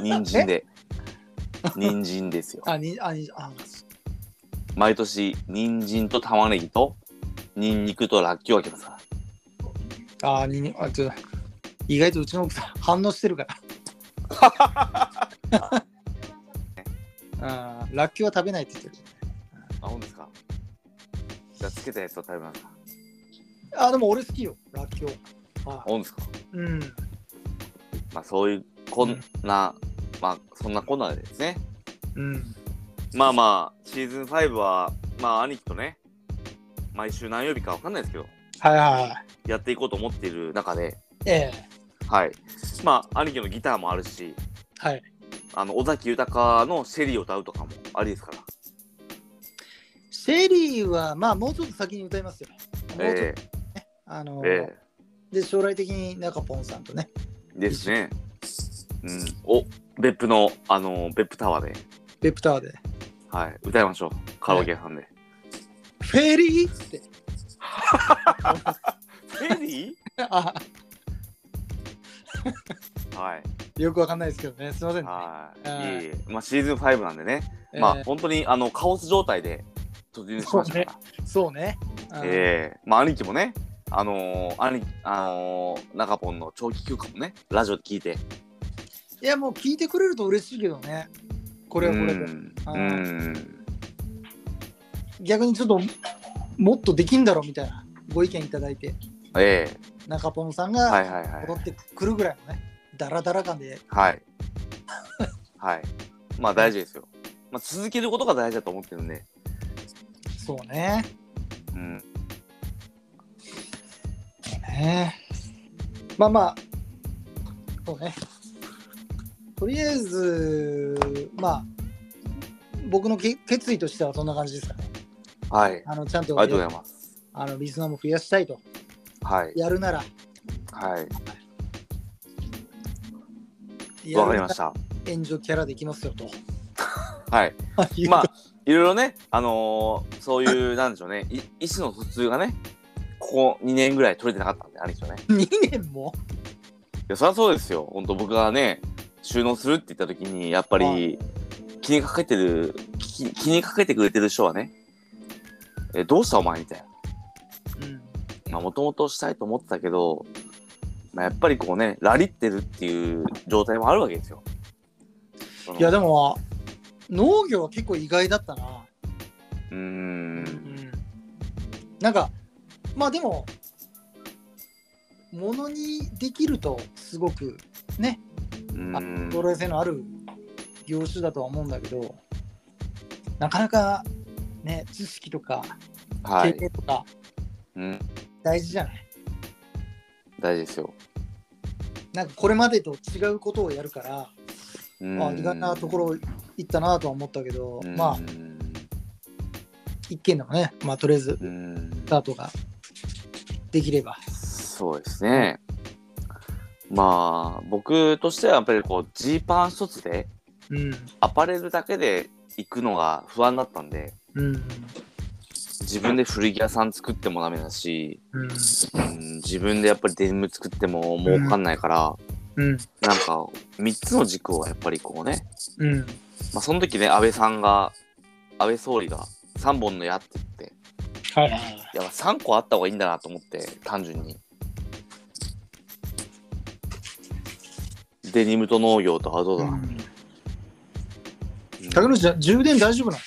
兄貴、人 参で。人参ですよ。
あ、にあにあ
毎年、人参と玉ねぎと、ニンニクとラッキョウを開けますから。
あににあちょっと意外とうちの奥さん反応して るから。うん、ラッキョウは食べないって言ってる。
あ、ほんですかじゃあ、つけたやつを食べますか。
あ、でも俺好きよ、ラッキョウ。あ
ほんですか
うん。
まあ、そういう、こ
うん
んな、まあ、そんなこんなでですね。
うん。
まあまあ、シーズン5は、まあ、兄貴とね、毎週何曜日かわかんないですけど、
はいはいはい。
やっていこうと思っている中で、
ええ
はい。まあ、兄貴のギターもあるし、
はい。
あの、尾崎豊のシェリーを歌うとかもありですから。
シェリーは、まあ、もうちょっと先に歌いますよ。もうちょっ
え
と、あの
ええ
で、将来的に中ポンさんとね、
えですね。うん。お、別府の、あの、別府タワーで、
ベプタワーで、
はい、歌いましょう。カラオケ屋さんで。
フェリーって。
シ ェリ
あ
ーはい。
よくわかんないですけどね、すいませんね。
はい。い
はい
えいえ。まあ、シーズン5なんでね。ま
え
あ、本当に、あの、カオス状態で突入しましたから。
えそうね。うん
ええまあ、兄貴もね、あのー、兄貴、あのー、中ポンの長期休暇もね、ラジオで聞いて。
いや、もう聞いてくれると嬉しいけどね。こ
こ
れはこれで。
ん
あ
う
ー
ん。
逆にちょっと、もっとできんだろみたいなご意見いただいて、
ええ
中ポンさん
は
が
いはいはい
戻。ってくるぐらいのね、ダラダラ感で、
はい。はい。まあ、大事ですよ。まあ、続けることが大事だと思ってるんで。
そうね。
うん。
ねまあまあ、そうね。とりあえず、まあ、僕のけ決意としてはそんな感じですかね。
はい。あり
あのちゃんと
がとうございます。
あのリスナーも増やしたいと。
はい。
やるなら、
はい。わ
やる
かり
な
ま
ら
した。
援助キャラできますよと。
はい。ま
あ、
あ、いろいろね、あのーそういう、なんでしょう ね、い意思の疎通がね、ここ2年ぐらい取れてなかったんで、あれですよね。
2年も
いや、そりゃそうですよ。本当僕がね、収納するって言った時に、やっぱり、気にかけてる、気気にかけてくれてる人はね、え、どうしたお前みたいな。
うん。
まあ、もともとしたいと思ってたけど、まあ、やっぱりこうね、ラリってるっていう状態もあるわけですよ。その
いや、でも、農業は結構意外だったな。
うー。
うんん。なんか、まあでも、ものにできると、すごくね、
うー
あ
ん。
将来性のある業種だとは思うんだけど、なかなかね、知識とか
は
経
い。
験とか
うん。
大事じゃない、
大事ですよ。
なんかこれまでと違うことをやるから、
う
あ
ーん
意外なところ行ったなとは思ったけど、
うん
まあ一軒でもね、まあとりあえず
うん
スタートができれば。
そうですね。まあ、僕としてはやっぱりこう、ジーパン一つで、
うん。
アパレルだけで行くのが不安だったんで、
うん。
自分で古着屋さん作ってもダメだし、
うん。
うん、自分でやっぱりデニム作っても儲かんないから、
うん。
なんか、三つの軸をやっぱりこうね、
うん。
まあその時ね、安倍さんが、安倍総理が3本の矢って言って、
はいはいはい。
いや、3個あった方がいいんだなと思って、単純に。デニムと農業とアウトドア。
うん
うん
竹野内さん、充電大丈夫なの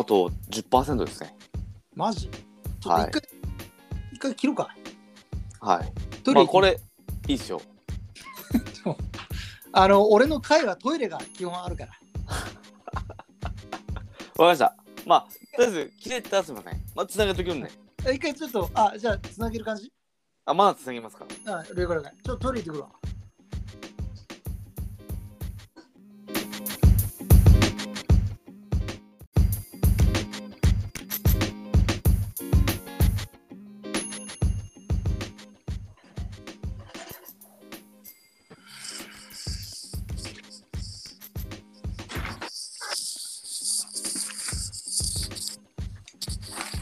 あと10%ですね。
マジちょっと一回、一回切ろうか。
はい。
トイレ
まあ
行き
これ、いいっすよ。
あの、俺の会はトイレが基本あるから。
わかりました。まあ、とりあえず、切れたらすいません。まあ、つなげときもね。
え一回ちょっと、あ、じゃあ、つなげる感じ
あ、まだつなげますか。
あ、了解了解。ちょっとトイレ行ってくるわ。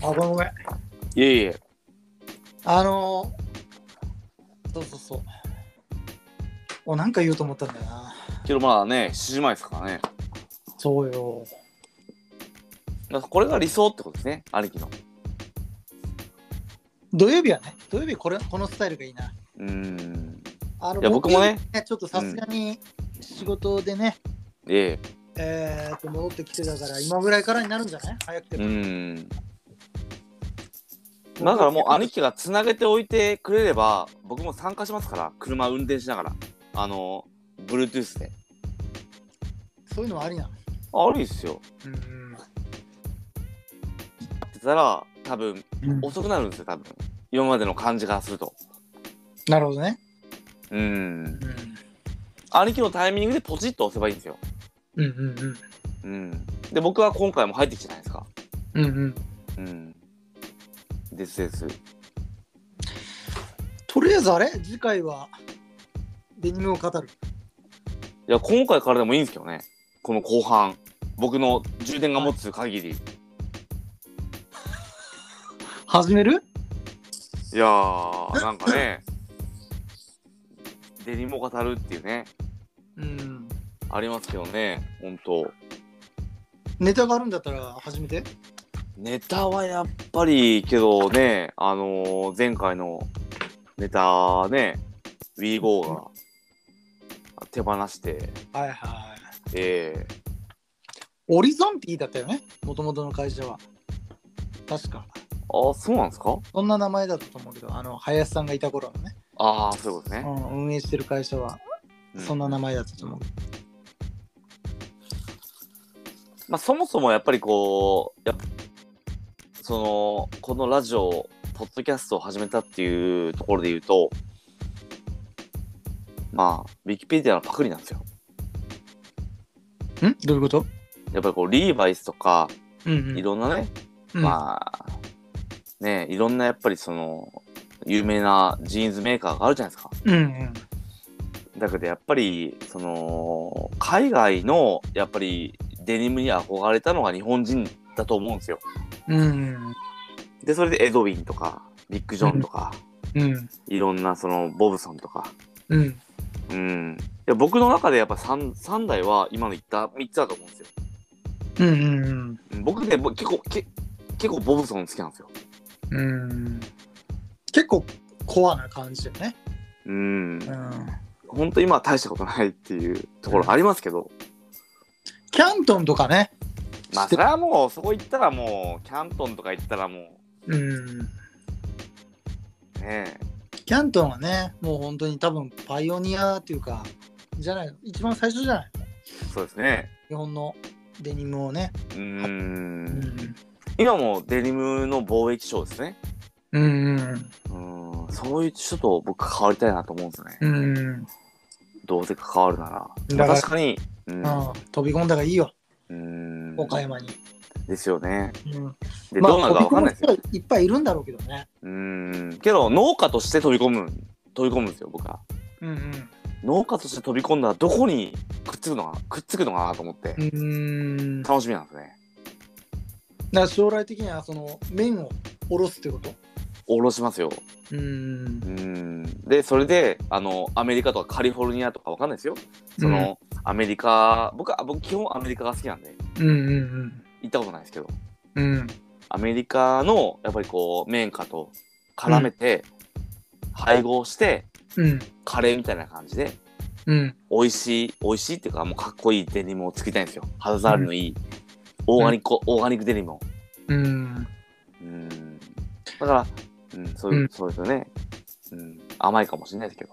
あ、ごめんごめん。
いえいえ。
あのー、そうそうそう。お、なんか言うと思ったんだよな。
けどまだね、7時前ですからね。
そうよ。
だからこれが理想ってことですね、兄貴の。
土曜日はね、土曜日これこのスタイルがいいな。
うーん。
あの
いや僕もね
木曜日ちょっとさすがに仕事でね、
え
えーっと戻ってきてたから、今ぐらいからになるんじゃない早くて
え。う
も。
ーん。だからもう兄貴がつなげておいてくれれば、僕も参加しますから、車運転しながら。あの、Bluetooth で。
そういうのはありなの。
ありですよ。
うん。
やってたら、多分、
うん
遅くなるんですよ、多分。今までの感じからすると。
なるほどね。
うーん。
うん。
兄貴のタイミングでポチッと押せばいいんですよ。
うんうんうん。
うん。で、僕は今回も入ってきたじゃないですか。
うんうん。
うん。ですです。
とりあえずあれ次回はデニムを語る。
いや、今回からでもいいんですけどね。この後半。僕の充電が持つ限り。い
始める
やー、なんかね。デニムを語るっていうね。
うん。
ありますけどね。ほんと。
ネタがあるんだったら始めて。
ネタはやっぱり、けどね、あのー前回のネタね、WeGo が手放して、
はいはい。
ええ
オリゾンティだったよね、もともとの会社は。確か。
あ、そうなんですか
そんな名前だったと思うけど、あの林さんがいた頃のね、
ああ、そういうことです
う
ね。
ん、運営してる会社は、
う
そんな名前だったと思う。
まあ、そもそもやっぱりこうやっぱそのこのラジオポッドキャストを始めたっていうところで言うとまあウィキペディアのパクリなんですよ
んどういうこと
やっぱりこうリーバイスとか
うんうん
いろんなね、
うん
まあねいろんなやっぱりその有名なジーンズメーカーがあるじゃないですか
うんうん。
だけどやっぱりその海外のやっぱりデニムに憧れたのが日本人だと思うんですよ
うん
でそれでエドウィンとかビッグジョンとか、
うん。
いろんなそのボブソンとか
うん。
うんで僕の中でやっぱ 3, 三代は今の言った3つだと思うんですよ
うんうん
うん僕ねぼ結構け結構ボブソン好きなんですよ
うん。うん。結構コアな感じだよね。
うん
うん。
ほんと今は大したことないっていうところありますけど、
キャントンとかね。
まあそれはもうそこ行ったらもうキャントンとか行ったらも
うん。
うね
キャントンはね、もう本当に多分パイオニアっていうか、じゃないの。一番最初じゃないの。
そうですね
日本のデニムをね。
うん、
うん。
今もデニムの貿易商ですね
うんうん。
うんそういうちょっと僕関わりたいなと思うんですよね、
うん、
どうせ関わるなら。
だから
確かに。うん。
ああ飛び込んだがいいよ、
うん
岡山に。
ですよね。
うん、
で、どうなるかわかんないですよ。
飛び込む人はいっぱいいるんだろうけどね。
うん。けど、農家として飛び込む、飛び込むんですよ、僕は。
うんうん。
農家として飛び込んだら、どこにくっつくのか、くっつくのかなと思って
う、ん。だか
楽しみなんですね。
ら将来的にはその面を下ろすってこと
おろしますよ。
うん
う。ん。で、それで、あの、アメリカとかカリフォルニアとかわかんないですよ。その、アメリカ、僕は、僕基本アメリカが好きなんで、
うんうん
行ったことないですけど、
うん。うん。
アメリカの、やっぱりこう、綿花と絡めて、配合して、
うん。
カレーみたいな感じで
うん。
美味しい美味しいっていうかもうかっこいいデニムを作りたいんですよ肌触りのいい、オーガニック、オーガニックデニムを。
うん。
うん。だから、うん、そういう、
うん
そうですよね。うん。甘いかもしれないですけど。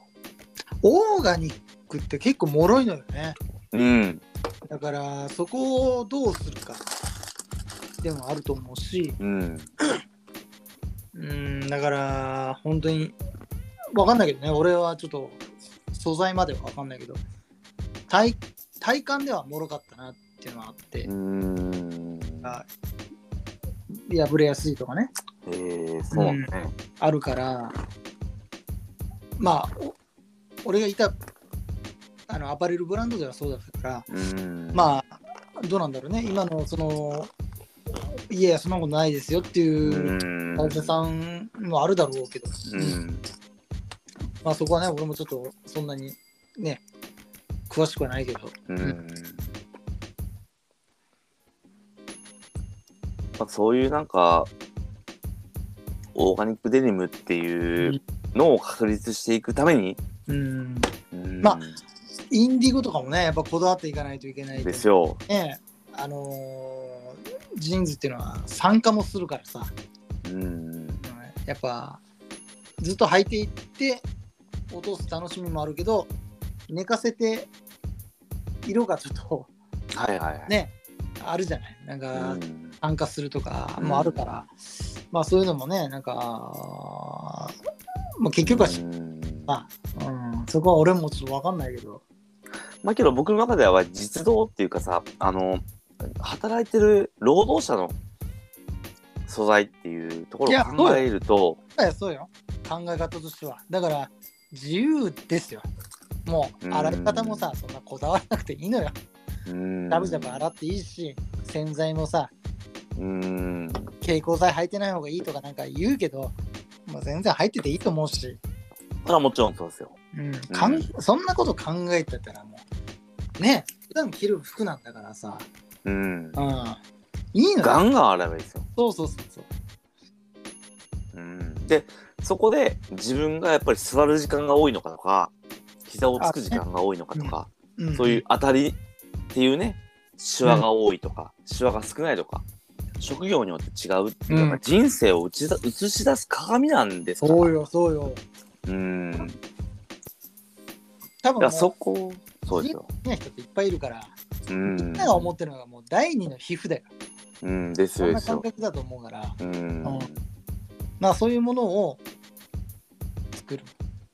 オーガニックって結構脆いのよね。
うん。
だから、そこをどうするかでもあると思うし、
うん。
うん、だから、本当に、わかんないけどね、俺はちょっと、素材まではわかんないけど、体、体感では脆かったなっていうのはあって、
うん。
あ破れやすいとかね、
えー、そうなんですね。
あるから、まあ、お俺がいた、あの、アパレルブランドではそうだったから、
うん。あ、
まあどうなんだろうね今のそのいやいやそんなことないですよって
う。
いうん会社さんもあるだろうけど、
うん。
まあそこはね俺もちょっとそんなにね詳しくはないけど
うん。まあ、そういうなんか、オーガニックデニムっていうのを確立していくために、
うん
うん
まあインディゴとかもねやっぱこだわっていかないといけない
ですよ。
ねあのージーンズっていうのは酸化もするからさ、
うん。
うんやっぱずっと履いていって落とす楽しみもあるけど寝かせて色がちょっと
はいはいはい。
ねあるじゃないなん
う
か
ん。
酸化するとか
うん
もあるから、まあそういうのもねなんか、まあ、結局はし、
うん
まあ、うん、そこは俺もちょっと分かんないけど
まあけど僕の中では実働っていうかさあの働いてる労働者の素材っていうところを
いや
考えると
いやそうよ考え方としてはだから自由ですよも
う
うん洗い方もさそんなこだわらなくていいのよ
うん
ダブジャブ洗っていいし洗剤もさ
うん
蛍光剤履いてない方がいいとかなんか言うけど、まあ、全然入ってていいと思うし、
それはもちろんそうですよ
うんかんそんなこと考えてたらもうね普段着る服なんだからさ、
うん
うん、いいの
ガ
よ
ンガン洗えばいいですよ、
そうそうそうそう
うん、でそこで自分がやっぱり座る時間が多いのかとか膝をつく時間が多いのかとか、
うん
そういう当たりっていうねシワが多いとか、シワが少ないとか職業によって違うっていうか、
うん
人生を映し出映し出す鏡なんですから
そうよそうよ
うん。だか
多分
ら
も
そうこ、そうですよ。
好きな人っていっぱいいるから、
うん
み。んなが思ってるのがもう第二の皮膚だよ
うん、です
そ
よ、
ん
で
な
す
感
よ。
覚だと思うから
うん。
まあそういうものを作る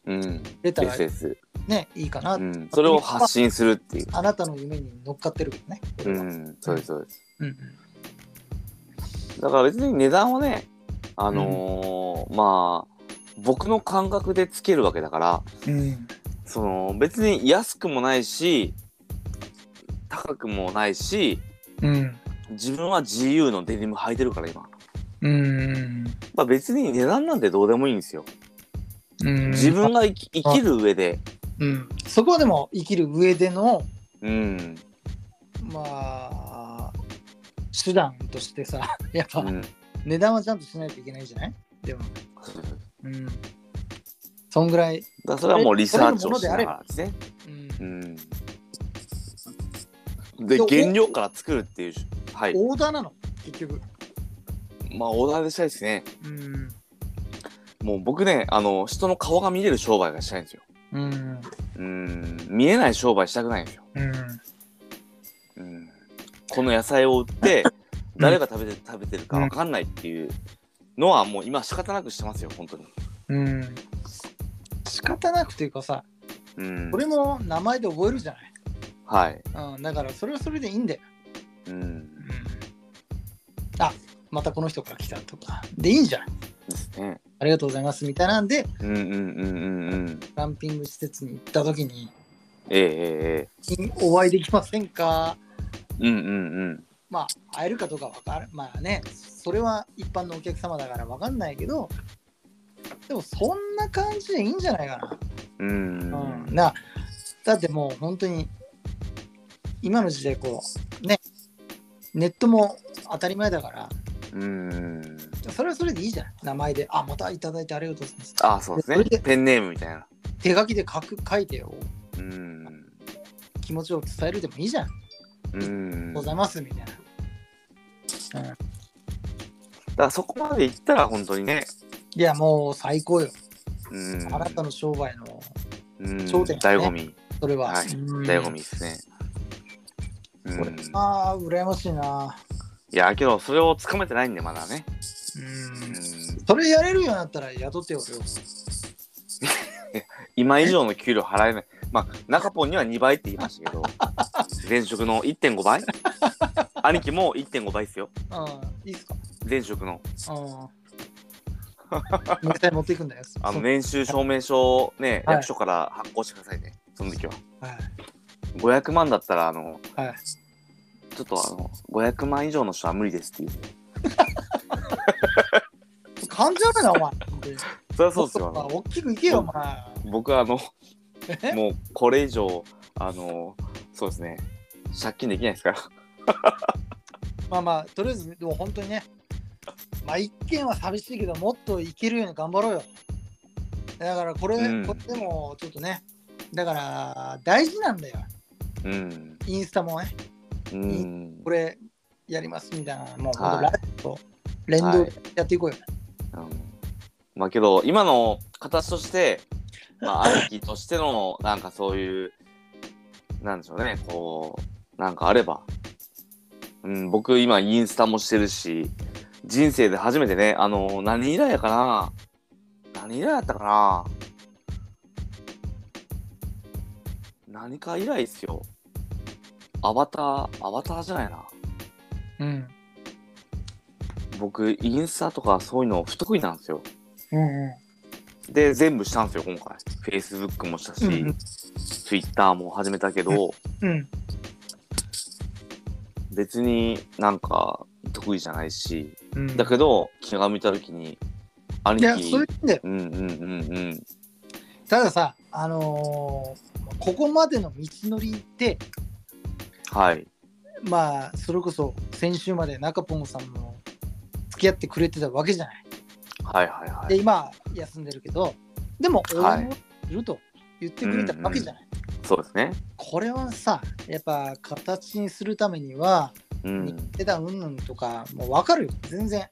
うん。
出たら
です。
ねいいかな、
うん。それを発信するっていう。
あなたの夢に乗っかってるけどねこ
う
れは
ん。そうです、そうで
うん
す。だから別に値段はね、あのーまあ、僕の感覚でつけるわけだから、
うん
その、別に安くもないし、高くもないし、
うん
自分は GU のデニム履いてるから今。
うん
まあ別に値段なんてどうでもいいんですよ。
うん
自分が生き生きる上で、
うん、そこはでも生きる上での
うん。
まあ手段としてさ やっ
う
ぱ
ん。
値段はちゃんとしないといけないじゃないでも
そうそうそう
うんそんぐらい、
だからそれはもうリサーチをしながらですね。
うん
うん、で
そう
原料から作るっていう、はい、
オーダーなの結局
まあオーダーでしたいですね。
うん
もう僕ね、あの人の顔が見れる商売がしたいんですよ。
うん
うん、見えない商売したくないんですよ。
うん
うん、この野菜を売っ て誰が食べて食べてるかわかんないっていうのはもう今仕方なくしてますよ本当に。
うん仕方なくというかさ
うん
こ、れも名前で覚えるじゃ
はい。
ない、うん、だからそれはそれでいいんだよ、
うん、
あまたこの人から来たとかでいいんじゃない
ですね。
ありがとうございますみたいなんで
うんうんうんうんうん。
グランピング施設に行った時に
えええええ
お会いできませんか
えうんうんうん。
まあ会えるかどうかわかるまあねそれは一般のお客様だからわかんないけどでもそんな感じでいいんじゃないか
うん
な、うんなだってもう本当に今の時代こうねネットも当たり前だから
うん。
それはそれでいいじゃん名前であまたいただいてありがとうございます
あ、そうです
それで
ね。ペンネームみたいな。
手書きで書く書いてよ
うん。
気持ちを伝えるでもいいじゃん、
うん
ご。ざいますみたいな
からそこまで行ったら本当にね、
いや、もう最高よ。
うん、
あなたの商売の、
うん、
頂点だね
醍醐味、
それは。
はい、
うん
醍醐味ですね。うん、
これああ、羨ましいな。
いや、けどそれをつかめてないんで、まだね。
うん
うん、
それやれるようになったら雇ってよ、俺を。
今以上の給料払えない。まあ、中ポンには2倍って言いましたけ ど、前職の1.5倍兄貴も1.5倍ですよ。
うん、いいっすか。
前職の。
うん。実際持っていくんだよ。
あ
そ
の、年収証明書をね、
はい
役所から発行してくださいね。その時は。
はい。
500万だったら、あの、
はい。
ちょっとあの、500万以上の人は無理ですっていう。
感じ悪いな、お前。
そりゃそうですよ。あ
もっ
の
と大きくいけよ、お前。
僕はあの、
え
もうこれ以上、あの、そうですね、借金できないですから。
まあまあ、とりあえず、でも本当にね、まあ一件は寂しいけど、もっといけるように頑張ろうよ。だからこれ、
うん
これでもちょっとね、だから大事なんだよ。
うん。
インスタもね、
うん
こ。れやりますみたいな、もう、
はい
ライブと連動でやっていこうよ。
うんまあけど、今の形として、ま あ、兄貴としての、なんかそういう、なんでしょうね、こう、なんかあれば。うん、僕今インスタもしてるし、人生で初めてね、あの、何以来やかな何以来やったかな何か以来っすよ。アバター、アバターじゃないな。
うん。
僕、インスタとかそういうの不得意なんですよ。
うんう
で、全部したんですよ、今回。Facebook もしたし、
うんうん
Twitter も始めたけど、
ん。うん。
別になんか得意じゃないし、
うん、
だけど、気が向いた時に、兄
いや、
貴、
そういうんだよ。
うんうんうんうん。
たださ、あのーここまでの道のりって、
はい。
まあ、それこそ先週まで中ポンさんも付き合ってくれてたわけじゃない。
はいはいは
で
い。
今休んでるけどでも応
はい
援をすると言ってくれたわけじゃない、
そうですね。
これはさやっぱ形にするためには
う
日
ん。
程だうんぬんとかもう分かるよ全然